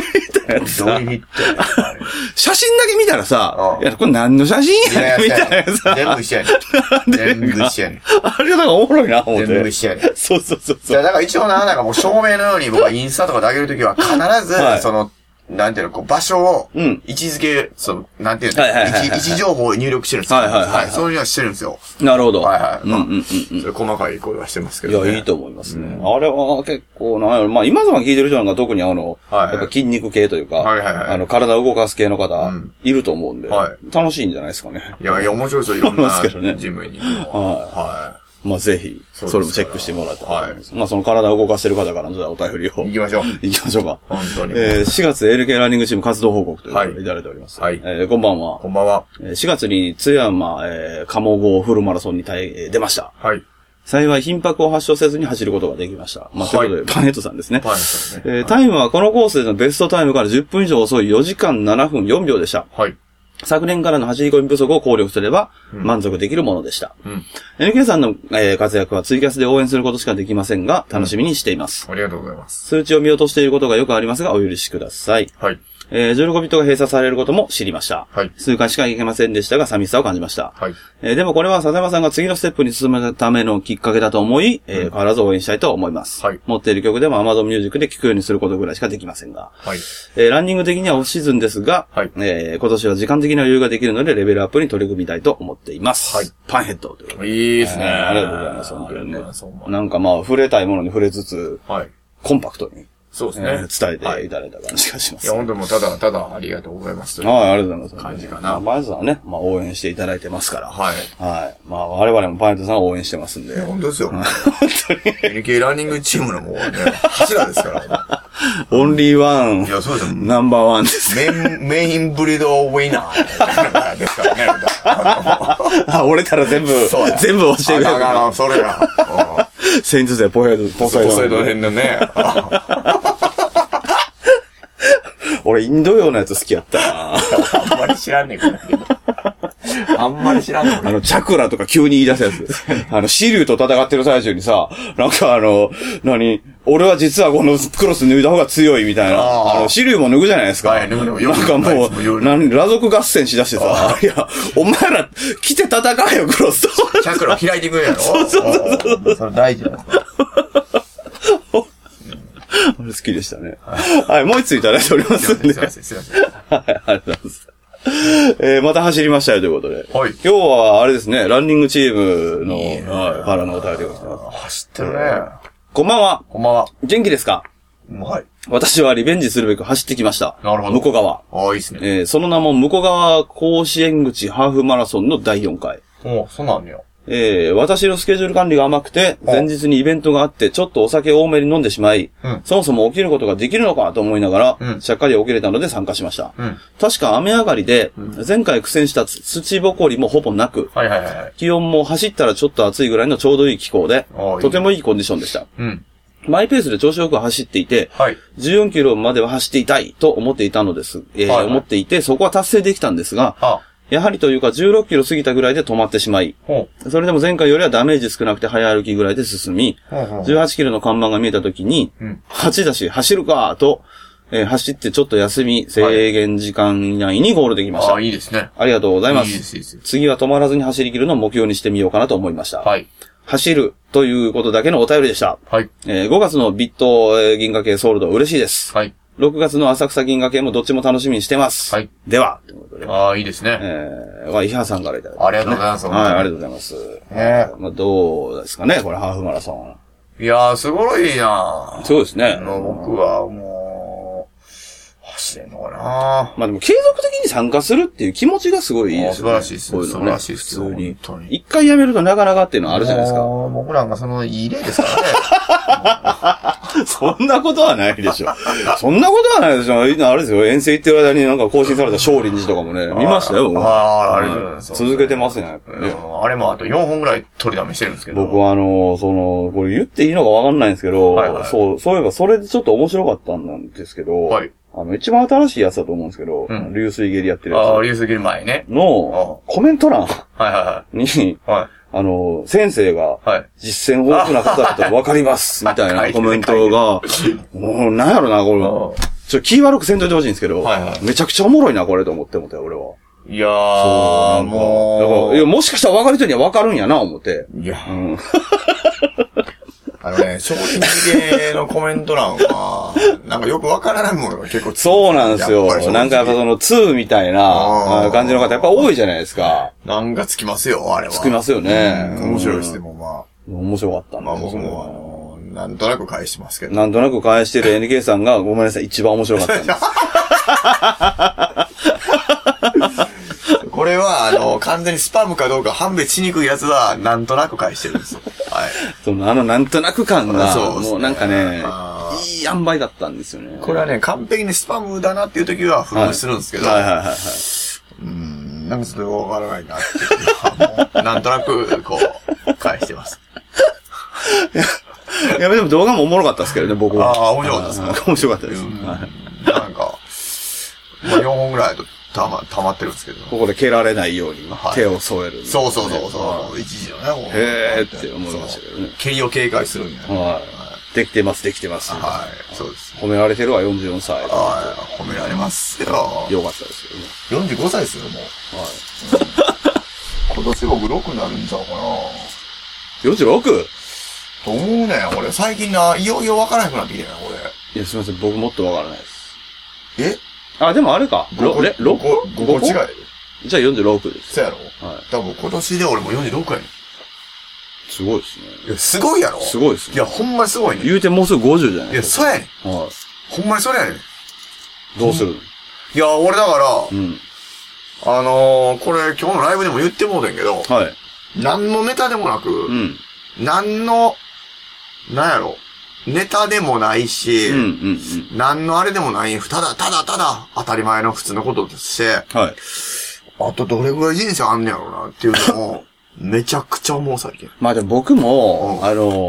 C: やつ
D: ド
C: さ
D: リ、 ヒットやねあれ
C: 写真だけ見たらさ、
D: うん
C: いや、これ何の写真やねんみ たいなさ。
D: 全部一緒やね ん。全部一緒やねん。
C: あれがなんかおもろいな、思って。
D: 全部一緒や ねん
C: そうそうそう
D: い
C: そう。
D: や、だから一応な、なんかもう証明のように僕はインスタとかで上げるときは必ず、
C: はい
D: その、なんていうの、こう、場所を、
C: うん
D: 位置づけ、そう、なんていうの、
C: はいはいはいはい
D: 位置位置情報を入力してるんですよ。
C: はいはいはいはい
D: そういうのはしてるんですよ。
C: なるほど。
D: はいはい
C: うんうんうんうん。
D: それ細かい声はしてますけ
C: い
D: ど、ね。
C: や、いいと思いますね。あれは結構なんやろまあ今さん聞いてる人なんか特にあの、
D: はいはい
C: やっぱ筋肉系というか、
D: はいはいはい
C: あの、体を動かす系の方、
D: ん
C: いると思うんで、
D: は
C: 楽しいんじゃないですかね。
D: いや、いや、面白いですよ。いろん
C: 思いますけどね
D: なジムに行くのは。は
C: まあぜひ、
D: うです
C: それもチェックしてもらえたらと思います。
D: は
C: まあその体を動かしてる方からのじゃあお便り を。
D: い。行きましょう。
C: 行きましょうか。
D: 本当に
C: えー4月 LK ランニングチーム活動報告ということ
D: は
C: で
D: い
C: いただいております。
D: はい
C: えーこんばんは
D: こ。んばんは。
C: えー4月に津山、えー、鴨郷フルマラソンに対、えー出ました。
D: はい。
C: 幸い頻拍を発症せずに走ることができました。まあ、と
D: はい
C: いうことで、パンヘッドさんですね。
D: パンヘッドさんね
C: えータイムはこのコースでのベストタイムから10分以上遅い4時間7分4秒でした。
D: はい。
C: 昨年からの走り込み不足を考慮すれば満足できるものでした。
D: ん
C: NK さんの、えー活躍はツイキャスで応援することしかできませんが、楽しみにしています。
D: ありがとうございます。
C: 数値を見落としていることがよくありますが、お許しください。
D: はい。
C: えー16ビットが閉鎖されることも知りました。
D: はい
C: 数回しか行けませんでしたが、寂しさを感じました。
D: はい。
C: えーでもこれは笹山さんが次のステップに進むためのきっかけだと思い、えー変わらず応援したいと思います。
D: はい
C: 持っている曲でも Amazon Music で聴くようにすることぐらいしかできませんが。
D: はい。
C: えーランニング的にはオフシーズンですが、
D: はい
C: えー今年は時間的な余裕ができるので、レベルアップに取り組みたいと思っています。
D: はい
C: パンヘッドということで。
D: いいですね、
C: えーありがとうございます、本当に
D: ありがとう
C: ね
D: ございますほんま。
C: なんかまあ、触れたいものに触れつつ、
D: はい。
C: コンパクトに、
D: そうです
C: え
D: ね。
C: ー伝え
D: は
C: て
D: い
C: いただいた感じがしま
D: い
C: す。
D: や、
C: はい、
D: 本当にもうただただありがとうございます。はい。
C: ありがとうございます。
D: 感じかな
C: まあ、バイトさんはね、まあ、応援していただいてますから。はい。まあ、我々もパンヘッドさんを応援してますんで
D: いや、。本当ですよ。本当に。NK ランニングチームのもうね、柱ですから。
C: オンリーワン
D: い、や、そうですよ。
C: ナンバーワンです。
D: メイン、メインブリードウィナーですからね。
C: あ、折れたら全部
D: そうや、
C: 全部教えてくれ
D: あ
C: る。
D: ああそれが。うん
C: セイントセイ、ポヘッド、ポ
D: ポ
C: セイド
D: セイド編のね。
C: 俺、インド洋のやつ好きやった な。
D: あんまり知らんねんけど。あんまり知らんね ん
C: あの、チャクラとか急に言い出すやつ。 あの、シリュウと戦ってる最中にさ、なんかあの、何俺は実はこのクロス脱いだ方が強いみたいな。
D: あ
C: あ
D: ー
C: の、シリュウも脱ぐじゃないですか。
D: はい脱ぐ脱ぐよ
C: な
D: く
C: んかも
D: ないですも
C: う、
D: う
C: 何、裸族合戦しだしてさ、いや、お前ら、来て戦えよ、クロスと。
D: チャクラ開いてくれやろ。そうそうそうそう。それ大事だよ。
C: 俺好きでしたね。はい、もう一ついただいておりますんで。
D: すいません、すいません。
C: はい、ありがとうございます。えー、また走りましたよということで。
D: はい
C: 今日は、あれですね、ランニングチームの、はい、からのお便りが来てます。
D: 走ってるね。
C: こんばんは。
D: こんばんは。
C: 元気ですか
D: はい。
C: 私はリベンジするべく走ってきました。
D: なるほど
C: 向こう側。
D: ああ、いいっすね。
C: えー、その名も向こう側甲子園口ハーフマラソンの第4回。
D: もう、そうなんよ。
C: えー、私のスケジュール管理が甘くて、前日にイベントがあって、ちょっとお酒多めに飲んでしまい、
D: うん
C: そもそも起きることができるのかと思いながら、
D: うん
C: しゃっかり起きれたので参加しました。
D: うん
C: 確か雨上がりで、前回苦戦した土ぼこりもほぼなく、
D: はいはいはいはい。
C: 気温も走ったらちょっと暑いぐらいのちょうどいい気候で
D: ああ、いい
C: とてもいいコンディションでした。
D: うん。
C: マイペースで調子よく走っていて、
D: はい。
C: 14キロまでは走っていたいと思っていたのです。えー
D: はいはい
C: 思っていて、そこは達成できたんですが、
D: あ、
C: やはりというか16キロ過ぎたぐらいで止まってしまい、
D: ほ
C: それでも前回よりはダメージ少なくて早歩きぐらいで進み、
D: う。ほうほう。
C: 18キロの看板が見えた時に
D: うん、
C: 8だし走るかと、えー走ってちょっと休み、制限時間以内にゴールできました。
D: ああ、いいですね。
C: ありがとうございま。
D: いいですす、いいです。
C: 次は止まらずに走り切るのを目標にしてみようかなと思いました。
D: はい。
C: 走るということだけのお便りでした。
D: はい。
C: えー5月のビットえー銀河系ソールド嬉しいです。
D: はい。
C: 6月の浅草銀河系もどっちも楽しみにしてます。
D: はい
C: では、ということで、
D: ああ、いいですね。
C: えー、は、伊原さんからいただいて、
D: ありがとうございます
C: はい、ありがとうございます。
D: ね
C: まあ、どうですかね、これ、ハーフマラソン。
D: いやー、すごいな
C: そうですね。
D: もう僕はもう、走れんのかな
C: まあでも、継続的に参加するっていう気持ちがすごいいいですよね。
D: あ素晴らしいです
C: こういうのね
D: 素晴らしいですよ
C: 普通に
D: 本当。に
C: 一回やめるとなかなかっていうのはあるじゃないですか。
D: もう僕なんかその、いい例で すからね。
C: そんなことはないでしょ。 そんなことはないでしょ。あれですよ、遠征行ってる間になんか更新された少林寺とかもね、見ましたよ、僕
D: ああ、ありがとうございます。
C: 続けてますね、やっぱり
D: う
C: ね。
D: んあれもあと4本ぐらい取りだめしてるんですけど。
C: 僕はあの、その、これ言っていいのかわかんないんですけど、
D: はいはい
C: そう、そういえばそれでちょっと面白かったんですけど、
D: はい
C: あの、一番新しいやつだと思うんですけど、
D: うん
C: 流水蹴りやってる
D: ああ、
C: や
D: リュウスギル前ね
C: つ。のコメント欄
D: はいは
C: に、
D: いはい。はい。
C: あの、先生が、
D: はい
C: 実践豊富な方だと分かります、みたいなコメントが、もう、なんやろな、これ。ちょ、気悪くせんといてほしいんですけど、
D: はいはい
C: めちゃくちゃおもろいな、これと思って思ったよ、俺は。
D: いやー、
C: だから
D: も
C: いや、もしかしたら分かる人には分かるんやな、思って。
D: う。いや、
C: うん。
D: あのね、正直系のコメント欄は、なんかよくわからないものが結構
C: そうなんですよ。なんかやっぱそ
D: の。
C: の2みたい
D: あ
C: な
D: ー
C: 感じの方やっぱ多いじゃないですか。
D: なんかつきますよ、あれは。
C: つきますよね。
D: 面白いです、でもま
C: 面白かった
D: あ。ま
C: な。
D: あ僕も、あの、なんとなく返しますけど。
C: なんとなく返してる NK さんが、ごめんなさい、一番面白かったんです。
D: これは、あの、完全にスパムかどうか判別しにくいやつは、なんとなく返してるんですよ。はい。
C: そのあのなんとなく感が、
D: そうですね
C: もうなんかね
D: あ、
C: いい塩梅だったんですよね。
D: これはね、完璧にスパムだなっていう時は、封印するんですけど、
C: はいはいはいはい。
D: うんなんかちょっとわからないなっていうのはもうなんとなく、こう、返してます。
C: いや、でも動画もおもろかったですけどね、僕は。
D: ああ面白かったですか
C: ああ面白かったです。
D: うん
C: はい
D: なんか、まあ、4本ぐらいとたま、溜まってるんですけど。
C: ここで蹴られないように
D: はい
C: 手を添える。
D: そうそうそうそう、一時のね、もう
C: へーって思いましたけどね
D: そう蹴りを警戒するんやね。
C: はい。できてます、できてます。
D: はい、そうです。
C: 褒められてるわ、44歳。
D: はい、褒められますよ。
C: よかったですよね。
D: 45歳ですよ、もう。今年僕6になるんちゃうかな。
C: 46?
D: と思うね、俺。最近な、いよいよわからなくなってきてない、
C: いや、すみません、僕もっとわからないです。
D: 俺。え
C: あ、でもあれか。ろれろ
D: ?5 個、5個違い。
C: じゃあ46です。
D: そうやろ
C: は
D: 多分今年で俺も46やね
C: い。すごいですね。
D: んいや、すごいやろ
C: すごいです
D: い
C: ね。
D: や、ほんまにすごいね。
C: 言うてもうすぐ50じゃない
D: いや、
C: です
D: そうやねん。
C: か。は
D: ほんまにそれやねん。
C: い。どうする
D: いや、俺だか
C: うん。
D: ら、あのー、これ今日のライブでも言ってもうてんけど、
C: はい。
D: 何のネタでもな
C: う
D: く、
C: ん。
D: 何の、なんやろ、ネタでもないし、
C: うん、うん、うん。
D: 何のあれでもない、ただただただ当たり前の普通のこととして、
C: はい。
D: あとどれぐらい人生あんねやろうなっていう のを、めちゃくちゃ思う最近。
C: まあでも僕も
D: う、ん
C: あの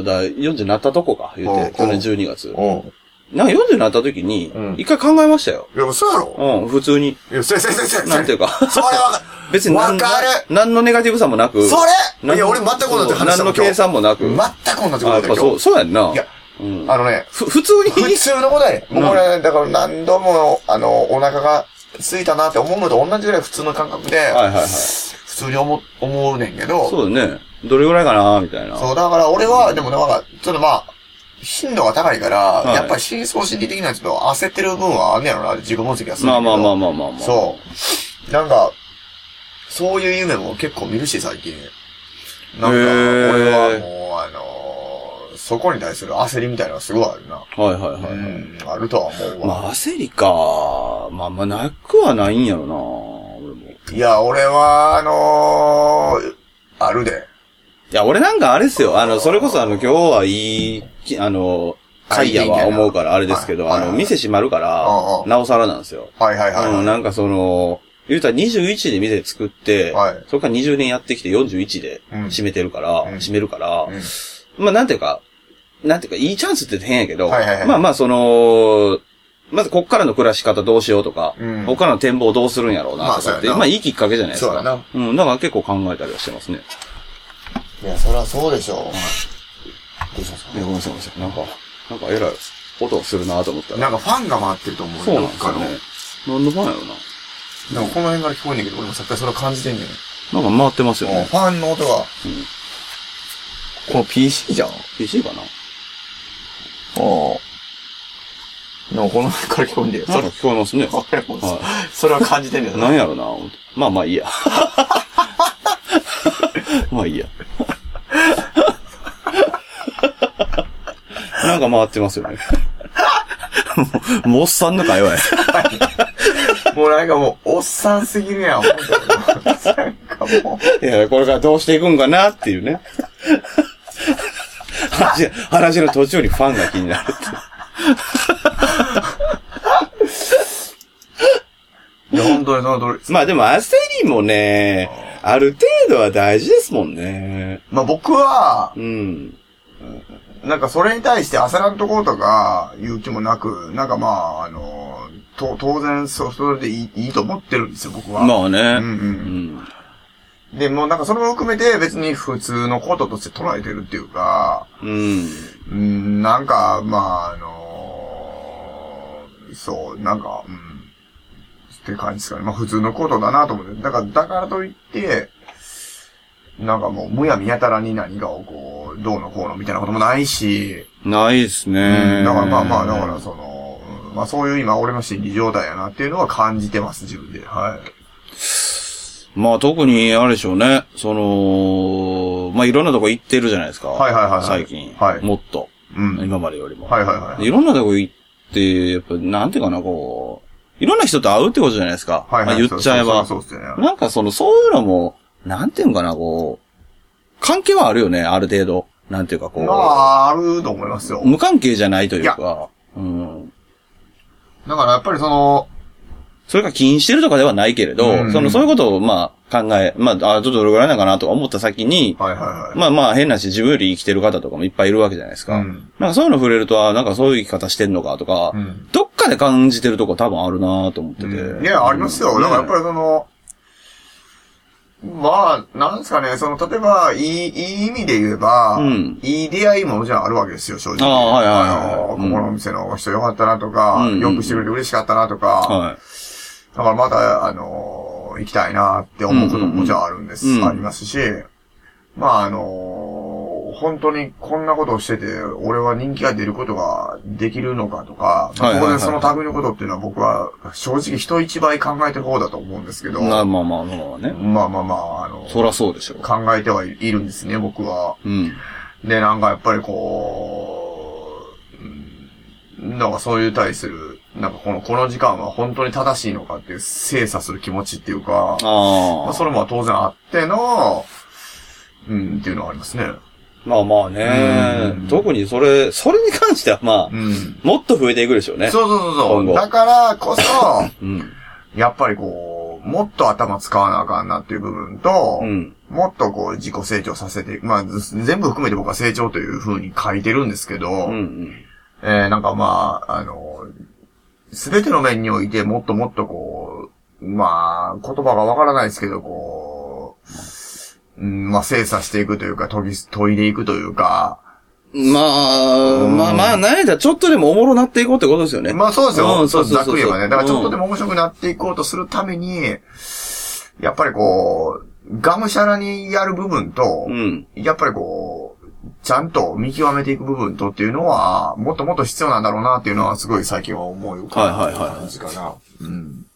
C: ー、だ40になったとこか、言
D: う
C: うんて、去年12月。
D: うん。
C: なんか40になった時に
D: うん、
C: 一回考えましたよ。
D: いや、そうやろ
C: うん、普通に。
D: いや、せせせせせ。
C: なんていうか。
D: それわかる
C: 別に
D: わ
C: 何
D: かる
C: 何のネガティブさもなく。
D: それ
C: 何
D: いや、俺全く同じ話し
C: 何
D: た
C: の計算もなく。
D: 全く同じ
C: あ
D: こ
C: や
D: と
C: っ
D: だ
C: ぱ
D: よ、
C: そう、
D: 今
C: そうやんな。
D: 日。いや、
C: うん、
D: あのね、
C: ふ、普通に。
D: 普通のことやね。もうこれ、だから何度も、あの、お腹が空いたなって思うのと同じぐらい普通の感覚で、
C: はいはいはい。
D: 普通に思、思うねんけど、
C: そうだね。どれぐらいかなみたいな。
D: そう、だから俺は、でもなんか、ちょっとまあ、頻度が高いから、
C: い
D: やっぱり深層心理的なちょっと焦ってる部分はあんねやろな、自己分析はする
C: ま
D: んだ
C: あ
D: けど
C: まあまあまあまあまあ。
D: そう。なんか、そういう夢も結構見るし、最近。なん
C: へ
D: か、俺
C: ー
D: はもう、あのーそこに対する焦りみたいなのがすごいあるな。
C: はいはいはい。
D: うん、あるとは思うわ。
C: まあ焦りか。まあまあなくはないんやろな。俺も。
D: いや、俺は、あのーあるで。
C: いや、俺なんかあれですよ。あの、それこそあの、今日はいいき、あの、会やは思うからあれですけど、
D: はい
C: あの、店閉まるから
D: うんう、ん
C: なおさらなんですよ。
D: はいはいはい
C: あの、
D: はい。
C: なんかその、言うたら21で店作って、
D: はい
C: そこから20年やってきて41で
D: うん
C: 閉めてるから、
D: うん
C: 閉めるから、
D: うん
C: まあなんていうか、なんていうか、いいチャンスって言って変やけど、
D: はいはいはい
C: まあまあその、まずこっからの暮らし方どうしようとか、
D: うん
C: こっからの展望どうするんやろうなとかって、
D: ま
C: まあ
D: あそうやない
C: いきっかけじゃないです
D: そう
C: か。
D: やな
C: うん、だから結構考えたりはしてますね。
D: いや、そりゃそうでしょう。どうしたんです
C: いやごめんなさい、ごめんなさい。なんか、なんかえらい音がするなと思った。
D: からなんかファンが回ってると思う
C: そうなん
D: ど
C: で
D: っ
C: す
D: か
C: よ
D: の
C: ね。なんでなんやろな。
D: なんかこの辺から聞こえんねんけど、俺もさっきからそれ感じてんねん。
C: なんか回ってますよ
D: もう
C: ね。
D: ファンの音が。この PC じゃん。
C: PC かな
D: おなんかこの辺から聞こえんだよ。
C: なんか聞こえますね。
D: れも
C: は
D: それは感じてんねん
C: なんやろな、思ってまあまあいいや。 まあいいや。 なんか回ってますよね。 もう、もうおっさんの会話や。
D: もうなんかもう、おっさんすぎるやん、 ほんとになんかも う。
C: いや、これからどうしていくんかなっていうね。話、話の途中にファンが気になるって。
D: いや、ほんとにその通りです。
C: まあでも焦りもね、ある程度は大事ですもんね。
D: まあ僕は、
C: うん。
D: なんかそれに対して焦らんとこうとか、言う気もなく、なんかまあ、あの、と当然そ、それでいいいいと思ってるんですよ、僕は。
C: まあね。
D: うんう。
C: うんん。
D: で、もうなんかそれも含めて別に普通のこととして捉えてるっていうか、
C: うん。
D: うん、なんか、まあ、あのそう、なんか、うん、って感じですかね。まあ普通のことだなと思って。だから、だからといって、なんかもう、むやみやたらに何がをこう、どうのこうのみたいなこともないし、
C: ないですね。
D: だからまあまあ、だからその、うんまあそういう今俺の心理状態やなっていうのは感じてます、自分で。はい。
C: まあ特に、あれでしょうね。その、まあいろんなとこ行ってるじゃないですか。
D: はいはいはいはい
C: 最近。
D: はい
C: もっと。
D: うん
C: 今までよりも。
D: はいはいはい。
C: いろんなとこ行って、やっぱ、なんていうかな、こう、いろんな人と会うってことじゃないですか。
D: はいはい。
C: まあ言っちゃえば。
D: そうそうそうそうですよね。
C: なんかその、そういうのも、なんていうのかな、こう、関係はあるよね、ある程度。なんていうか、こう、
D: まあ、あると思いますよ。
C: 無関係じゃないというか、うん。
D: だからやっぱりその、
C: それが起因してるとかではないけれど、
D: うん
C: その、そういうことを、まあ、考え、まあ、あちょっとどれぐらいなのかなとか思った先に、
D: はいはいはい。
C: まあまあ変なし、自分より生きてる方とかもいっぱいいるわけじゃないですか。
D: うん
C: なんかそういうの触れると、あなんかそういう生き方してんのかとか、
D: ん
C: どっかで感じてるとこ多分あるなと思ってて。
D: うんいや、ありますよ。だからやっぱりその、まあ、なんですかね、その、例えば、いい、いい意味で言えば、
C: うん
D: いい出会いももちろんあるわけですよ、正直。
C: ああはいはいはい
D: あのここのお店の人よかったなとか、
C: うん
D: よくしてくれて嬉しかったなとか、
C: は
D: だからまた、あの、行きたいなって思うことももちろんあるんです、
C: うんうんうん
D: ありますし、まああの、本当にこんなことをしてて、俺は人気が出ることができるのかとか、まあ
C: はいはい
D: 当
C: はい
D: 然その類のことっていうのは僕は正直人一倍考えてる方だと思うんですけど、
C: い。まあまあまあまあね。
D: まあまあまあ、あの、
C: そらそうでしょう。
D: 考えてはいるんですね、僕は。
C: うん。
D: で、なんかやっぱりこう、うんなんかそういう対する、なんかこの、この時間は本当に正しいのかっていう精査する気持ちっていうか、ま
C: あ
D: あ
C: あ。
D: それも当然あっての、うん、っていうのはありますね。
C: まあまあね
D: うん。
C: 特にそれ、それに関してはまあ、
D: うん。
C: もっと増えていくでしょうね。
D: そうそうそう
C: 今
D: そ
C: 後
D: う。だからこそ、
C: うん。
D: やっぱりこう、もっと頭使わなあかんなっていう部分と、
C: うん。
D: もっとこう自己成長させていく。まあ、ず全部含めて僕は成長という風に書いてるんですけど、
C: うんうん。
D: えー、なんかまあ、あの、すべての面においてもっともっとこう、まあ、言葉がわからないですけど、こう、うん、まあ、精査していくというか、研ぎ、研いでいくというか、
C: まあ、まあまあ、なんやったらちょっとでもおもろなっていこうってことですよね。
D: まあそうですよ。
C: うんそうそうそうそう
D: ざっくり言えばね。だからちょっとで
C: うん
D: も面白くなっていこうとするために、やっぱりこう、がむしゃらにやる部分と、
C: うん。
D: やっぱりこう、ちゃんと見極めていく部分とっていうのは、もっともっと必要なんだろうなっていうのはすごい最近は思うかな。
C: はいはいはいはい
D: 感じかな。うん。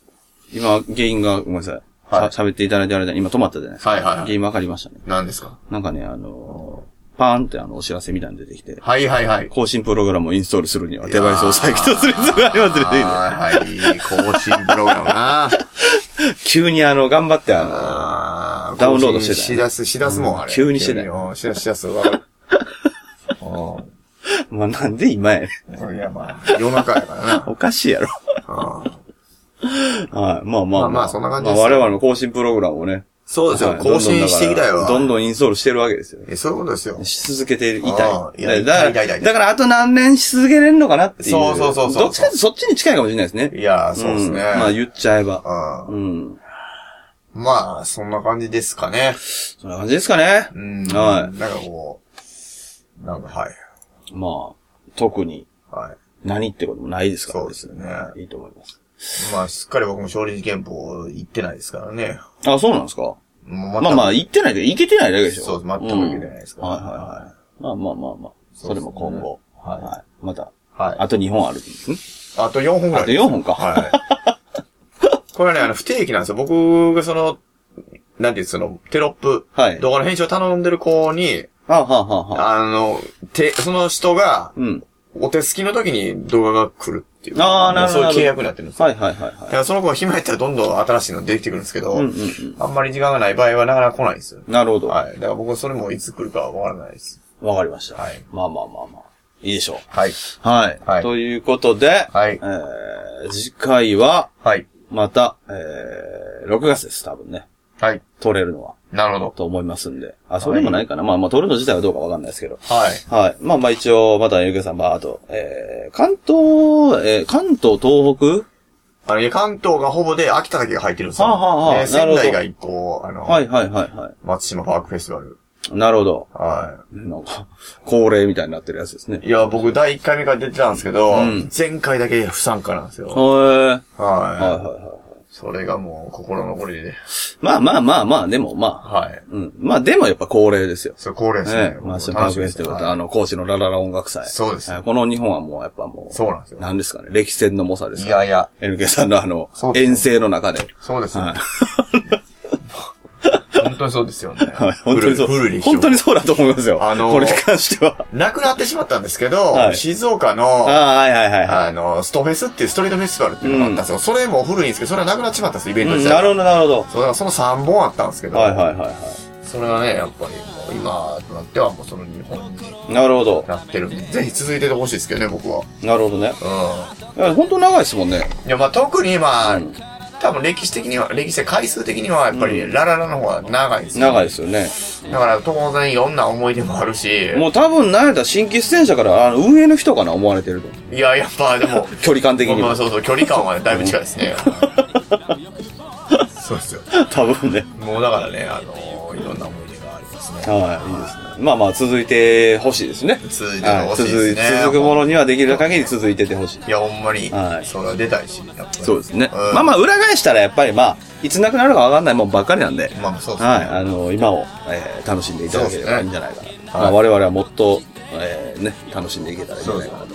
C: 今、原因が、ごめんなさい。
D: はい
C: しゃ喋っていただいてあれだ、今止まったじゃないですか。
D: はいはいはい
C: 原因わかりましたね。
D: 何ですか
C: なんかね、あのーパーンってあの、お知らせみたいなの出てきて、
D: はいはいはい。
C: 更新プログラムをインストールするにはデバイスを再起動する必要がありますね。
D: はいはい。更新プログラムな。
C: 急にあの、頑張ってあの、
D: あ ー
C: ダウンロードしてたよね
D: 更新しだす、しだすもんあれ。
C: 急にしてたよ
D: よ。しだす、しだす。わかる。うん
C: まあ、なんで今やねん
D: いや、まあ、夜中やからな。
C: おかしいやろ。はい。まあまあま
D: まあ
C: あ。
D: まあそんな感じです
C: ま
D: よ
C: あ我々の更新プログラムをね。
D: そうですよ
C: はい
D: 更新していきたい
C: どんど
D: わ
C: んだからどんどんインストールしてるわけですよ。
D: え、そういうことですよ。
C: し続けていたい。
D: ああいや
C: だから、
D: いたいたいた
C: だからあと何年し続けれるのかなっていう。
D: そうそうそうそう
C: どっちかってそっちに近いかもしれないですね。
D: いやー、そうですね。
C: んまあ言っちゃえば。
D: あ
C: うん。
D: ーまあ、そんな感じですかね。
C: そんな感じですかね。
D: うん。
C: は
D: なんかこう、なんか、はい。
C: い。まあ、特に
D: はい。
C: 何ってこともないですから、
D: そうですよね
C: いいと思います。
D: まあ、すっかり僕も勝利憲法行ってないですからね。
C: あ、そうなんですか
D: ま
C: まあまあ、行ってないで、行けてないだけでしょ。
D: そう全く行けてないですから
C: うんはいはいはい。まあまあまあまあ。それも今後。
D: はい
C: また。
D: はい
C: あと2本あるんですね。
D: あと4本ぐらい。
C: あ と4本か
D: はい。これはね、あの、不定期なんですよ。僕がその、なんていう、その、テロップ、
C: はい
D: 動画の編集を頼んでる子に、
C: あはあはあはあ。
D: あの、て、その人が、
C: うん。
D: お手すきの時に動画が来るっていう。
C: あーなるほど
D: もうそういう契約になってるんですよ。
C: はいはいはい
D: だ
C: は
D: からその子が暇やったらどんどん新しいのできてくるんですけど、
C: うんうんうん
D: あんまり時間がない場合はなかなか来ないんですよ。
C: い。なるほど。わ
D: はい。だから僕はそれもいつ来るかはわからないです。
C: かりました。
D: はい
C: まあまあまあまあ。いいでしょ
D: はい。
C: う。はい。
D: はい
C: ということで、
D: はい
C: えー、次回は、
D: はい。
C: また、えー、6月です、多分ね。
D: はい。
C: 撮れるのは。
D: なるほど。
C: と思いますんで。あ、それでもないかな。まあまあ、撮るの自体はどうかわかんないですけど。
D: はい。
C: はい。まあまあ一応、また、ゆうけさん、まああと、えー、関東、えー、関東、東北
D: あの、いや関東がほぼで秋田だけが入ってるんですよ。
C: はあはあはあ
D: で
C: なるほ
D: 仙
C: ど
D: 台が一個、あの、
C: はいはいはいは
D: 松島パークフェスティバル。
C: い。なるほど。
D: は
C: なんか、恒例みたいになってるやつですね。
D: い。いや、僕第1回目から出てたんですけど、
C: うん
D: 前回だけ不参加なんですよ。
C: はい。はいはい
D: は
C: はい。
D: それがもう心残りで。
C: まあまあまあまあ、でもまあ。
D: はい。
C: うん。まあでもやっぱ恒例ですよ。
D: それ恒例ですね
C: ええ。マッシュパ
D: 楽
C: ー
D: し
C: クフ
D: みで
C: ェス
D: す
C: ということで、
D: は
C: あ
D: い
C: の、高知のラララ音楽祭。
D: そうです
C: はいこの日本はもうやっぱもう。
D: そうなんですよ
C: 何ですかね。歴戦の猛者です
D: い
C: から
D: やいや、
C: NK さんのあの
D: そう、ですね
C: 遠征の中で。
D: そうですね。
C: はい
D: 本当にそうですよね。
C: はい本当にそ
D: フルフル
C: う。
D: に
C: 本当にそうだと思いますよ。
D: あのー
C: これに関しては。
D: なくなってしまったんですけど、
C: はい
D: 静岡
C: あ
D: の、
C: あ、はいはいはいは
D: あの、ストフェスっていうストリートフェスティバルっていうのがあったんですよ。それも古いんですけど、それはなくなってしまったんです、イベ
C: い。
D: ント
C: うん
D: 自体
C: な
D: が。
C: るほど、なるほ
D: そう、だからその3本あったんですけど、
C: ど。はいはいはいは
D: それがね、やっぱりもう今となってはもうその日本に
C: い。なるほど。
D: なってるんで、ぜひ続いててほしいですけどね、僕は。
C: なるほどね。
D: う
C: いや本当長いですもんね。
D: ん。いや、まあ特にまあ、
C: うん
D: 多分歴史的には、歴史的回数的にはやっぱりラララの方が長いですよ
C: 長いですよね。
D: だから当然いろんな思い出もあるし、
C: もう多分、なんやったら新規出演者から、あの、運営の人かな思われてると。
D: いや、やっぱでも、
C: 距離感的に
D: ま
C: も
D: あ。そうそう、距離感はね、だいぶ近いで すね。そうですよ。
C: 多分ね。
D: もうだからね、あのいろんな思い出がありますね。
C: はい、いいですね。まあまあ、続いてほしいですね。
D: 続いてほしいですね
C: は続い続くものにはできる限り続いててほしい。
D: いや、ほんまに、
C: はい
D: それは出たいし、やっぱり
C: そうですね。
D: うん
C: まあまあ、裏返したらやっぱりまあ、いつなくなるかわかんないもんばっかりなんで、
D: まあまあそうですね
C: はい、あの、今を、えー楽しんでいただければいいんじゃないかな。ま
D: は
C: あ、
D: い
C: 我々はもっと、えーね、楽しんでいけたらいいんじゃないかなと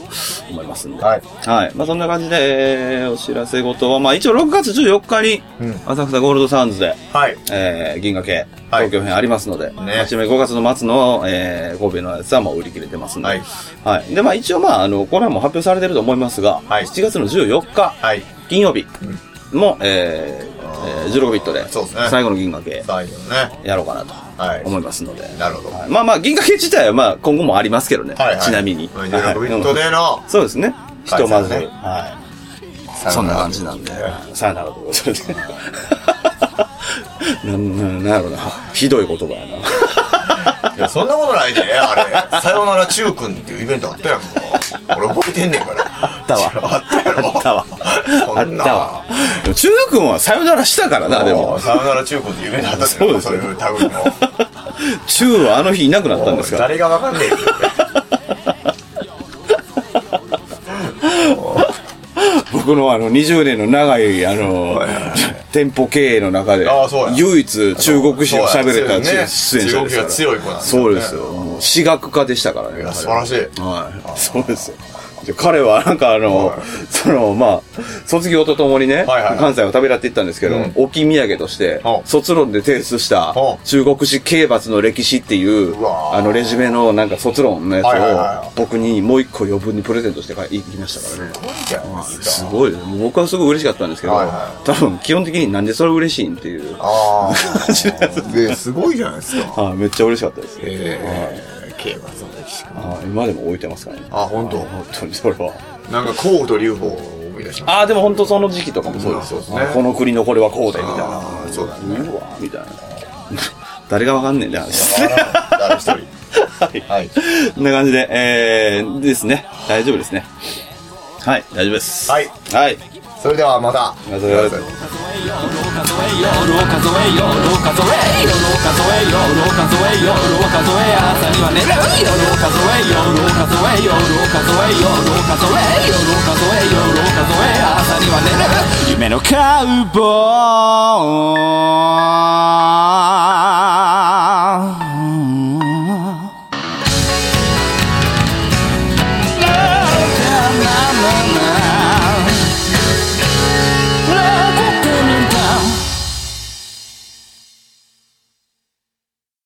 C: 思いますんで。
D: はい
C: はい。まあ、そんな感じで、えーお知らせ事は、まあ、一応6月14日に
D: うん、
C: 浅草ゴールドサウンズで、
D: はい。
C: えー銀河系、
D: はい
C: 東京編ありますので、
D: ね
C: はじめ5月の末の、えー神戸のやつはもう売り切れてますんで、
D: はい
C: はいで、まあ一応まあ、あの、これはもう発表されてると思いますが、
D: はい
C: 7月の14日、
D: はい。
C: 金曜日も、えーえー16ビットで、
D: そうですね
C: 最後の銀河系、
D: 最後ね。
C: やろうかな
D: はい
C: と思いますので、
D: なるほど。
C: はいまあまあ、銀河系自体はまあ今後もありますけどね、
D: はいはい
C: ちなみに。
D: 16ビット
C: はい
D: での、
C: そうですね。ひとまず、
D: 開催ね
C: はい。そんな感じなんで、さよならということで。 なんなんなんやろな。ひどい言葉やな。
D: いや、そんなことないで、あれ。さよなら中君っていうイベントあったやんか。俺覚えてんねんから。あ
C: ったわ
D: あったやろ。
C: あったわ。
D: そ
C: あ
D: ん
C: っ
D: な。
C: たわ。でも中君はさよならしたからな、でも。
D: さよなら中君っていうイベントあったじゃん
C: そうです
D: そういうタグの。
C: 中はあの日いなくなったんですから。
D: 誰がわかんねえよ。
C: 僕のあの20年の長い、あの、店舗経営の中で
D: ああそうや、
C: 唯一中国人を喋れた
D: そう
C: 出演者で
D: や
C: すから。
D: 中国人が強い子なんです
C: そ
D: よね
C: うですよ。もう私学家でしたからね。
D: いや素晴らしい。
C: はい。そうですよ。で彼はなんかあの、そのまあ、卒業とともにね、
D: はいはい
C: 関西を旅立っていったんですけど、
D: うん
C: 置き土産として
D: お、
C: 卒論で提出した
D: お、
C: 中国史刑罰の歴史っていう、
D: うわー
C: あのレジュメのなんか卒論のやつを、
D: はいはいはい
C: 僕にもう一個余分にプレゼントして帰いきましたからね。
D: すごいじゃ
C: す
D: ん。
C: ごいね。もう僕はすごい嬉しかったんですけど、
D: はいは
C: 多分基本的になんでそれ嬉しいんっていう、
D: ああ。ですごいじゃないですか。
C: はいめっちゃ嬉しかったです。
D: ええ。競馬の歴史か。
C: はい今でも置いてますからね。
D: あ、本当。
C: 本当にそれは。
D: なんか、コード流法を思い出しまし
C: ああ、でも本当その時期とかもそうですよ。
D: うんそうですね
C: あこの国のこれはこうで、みたい
D: た。
C: な。
D: ああ、そうだね。
C: うわみたいな。 誰がわかんねえんだよ、話。
D: あら誰一人。
C: はい。
D: はい。
C: こんな感じで、えー、ですね。大丈夫ですね。はい、大丈夫です。
D: はい
C: はい。
D: それではまた。
C: りがとうございます
E: 夢のカウボーイ